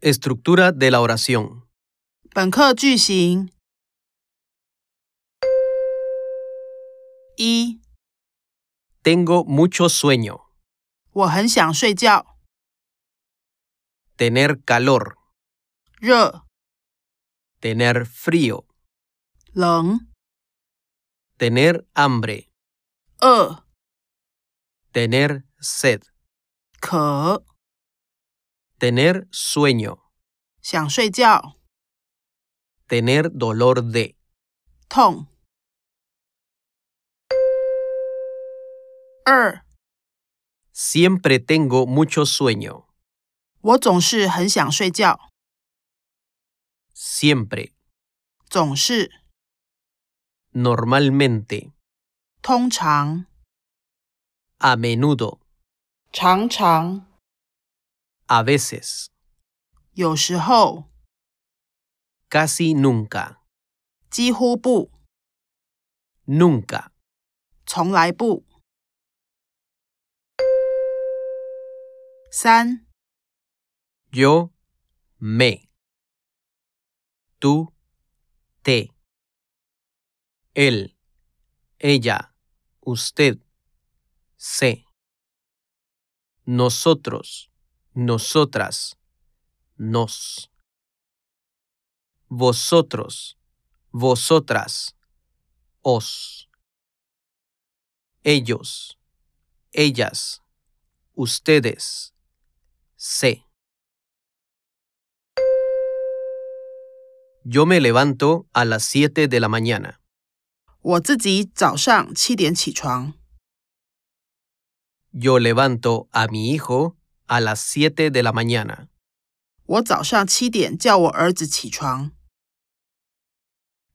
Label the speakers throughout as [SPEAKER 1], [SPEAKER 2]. [SPEAKER 1] Estructura de la oración.
[SPEAKER 2] 本课句型一，
[SPEAKER 1] Tengo mucho sueño.
[SPEAKER 2] 我很想睡觉，
[SPEAKER 1] Tener calor.
[SPEAKER 2] 热、
[SPEAKER 1] Tener frío.
[SPEAKER 2] 冷、
[SPEAKER 1] Tener hambre.
[SPEAKER 2] 饿、
[SPEAKER 1] Tener sed.
[SPEAKER 2] 渴，
[SPEAKER 1] Tener sueño.
[SPEAKER 2] 想睡觉，
[SPEAKER 1] Tener dolor de.
[SPEAKER 2] 痛。二，
[SPEAKER 1] Siempre tengo mucho sueño.
[SPEAKER 2] 我总是很想睡觉，
[SPEAKER 1] Siempre.
[SPEAKER 2] 总是、
[SPEAKER 1] Normalmente.
[SPEAKER 2] 通常、
[SPEAKER 1] A menudo.
[SPEAKER 2] 常常、
[SPEAKER 1] A veces.
[SPEAKER 2] 有时候、
[SPEAKER 1] Casi nunca.
[SPEAKER 2] 几乎不、
[SPEAKER 1] Nunca.
[SPEAKER 2] 从来不。三。
[SPEAKER 1] Yo. Me. Tú. Te. Él. Ella. Usted. Se. Nosotros. Nosotras. Nos. Vosotros. Vosotras. Os. Ellos. Ellas. Ustedes. Se. Yo me levanto a las 7 de la mañana.
[SPEAKER 2] 我自己早上七点起床，
[SPEAKER 1] Yo levanto a mi hijo a las 7 de la mañana.
[SPEAKER 2] 我早上七点叫我儿子起床，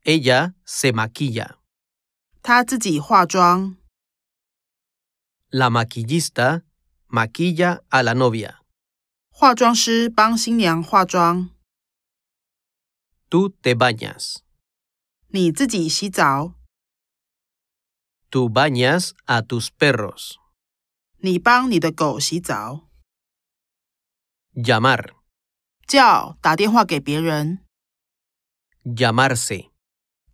[SPEAKER 1] Ella se maquilla.
[SPEAKER 2] 他自己化妆，
[SPEAKER 1] La maquillista maquilla a la novia.
[SPEAKER 2] 化妆师帮新娘化妆，
[SPEAKER 1] Tú te bañas.
[SPEAKER 2] 你自己洗澡，
[SPEAKER 1] Tú bañas a tus perros.
[SPEAKER 2] 你帮你的狗洗澡，
[SPEAKER 1] Llamar.
[SPEAKER 2] 叫打电话给别人，
[SPEAKER 1] Llamarse.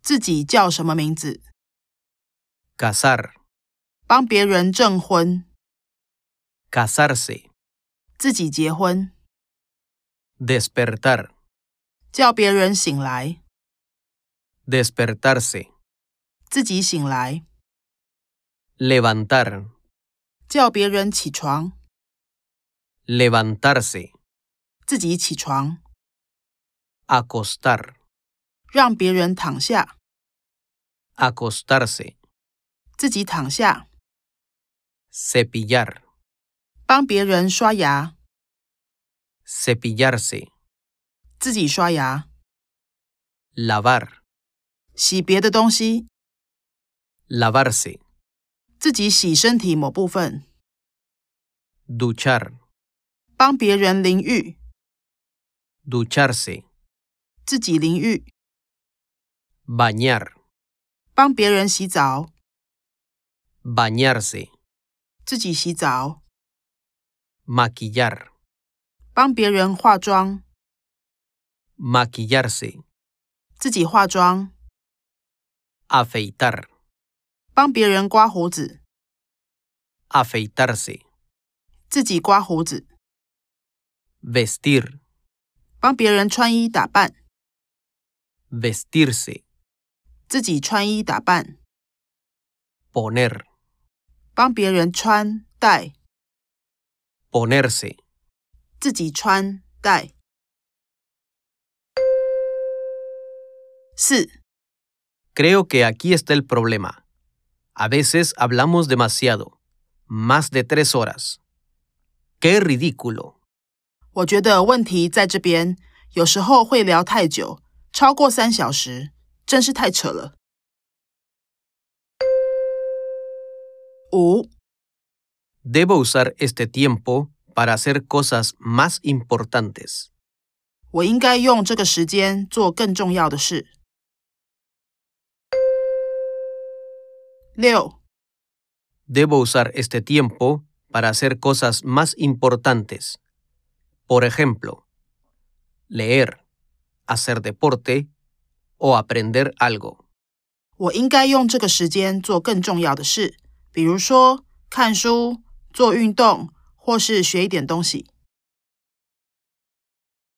[SPEAKER 2] 自己叫什么名字，
[SPEAKER 1] Casar.
[SPEAKER 2] 帮别人证婚，
[SPEAKER 1] Casarse.
[SPEAKER 2] 自己结婚，
[SPEAKER 1] Despertar.
[SPEAKER 2] 叫别人醒来，
[SPEAKER 1] Despertarse.
[SPEAKER 2] 自己醒来，
[SPEAKER 1] Levantar.
[SPEAKER 2] 叫别人起床，
[SPEAKER 1] Levantarse.
[SPEAKER 2] 自己起床，
[SPEAKER 1] Acostar.
[SPEAKER 2] 让别人躺下，
[SPEAKER 1] Acostarse.
[SPEAKER 2] 自己躺下，
[SPEAKER 1] Cepillar.
[SPEAKER 2] 帮别人刷牙，
[SPEAKER 1] cepillarse,
[SPEAKER 2] 自己刷牙。
[SPEAKER 1] lavar,
[SPEAKER 2] 洗别的东西，
[SPEAKER 1] lavarse,
[SPEAKER 2] 自己洗身体某部分，
[SPEAKER 1] duchar,
[SPEAKER 2] 帮别人淋浴，
[SPEAKER 1] ducharse,
[SPEAKER 2] 自己淋浴，
[SPEAKER 1] bañar,
[SPEAKER 2] 帮别人洗澡，
[SPEAKER 1] bañarse,
[SPEAKER 2] 自己洗澡，
[SPEAKER 1] maquillar,
[SPEAKER 2] 帮别人化妆，
[SPEAKER 1] maquillarse,
[SPEAKER 2] 自己化妆，
[SPEAKER 1] afeitar,
[SPEAKER 2] 帮别人刮胡子，
[SPEAKER 1] afeitarse,
[SPEAKER 2] 自己刮胡子，
[SPEAKER 1] vestir,
[SPEAKER 2] 帮别人穿衣打扮，
[SPEAKER 1] vestirse,
[SPEAKER 2] 自己穿衣打扮，
[SPEAKER 1] poner,
[SPEAKER 2] 帮别人穿戴，
[SPEAKER 1] ponerse,
[SPEAKER 2] 自己穿戴。四，
[SPEAKER 1] Creo que aquí está el problema. A veces hablamos demasiado, más de tres horas. ¡Qué ridículo!
[SPEAKER 2] 我觉得问题在这边，有时候会聊太久，超过三小时，真是太扯了。五，
[SPEAKER 1] Debo usar este tiempo para hacer cosas más importantes.
[SPEAKER 2] 我应该用这个时间做更重要的事。六，
[SPEAKER 1] Debo usar este tiempo para hacer cosas más importantes. Por ejemplo, leer, hacer deporte o aprender algo.
[SPEAKER 2] 我应该用这个时间做更重要的事，比如说看书、做运动，或是学一点东西。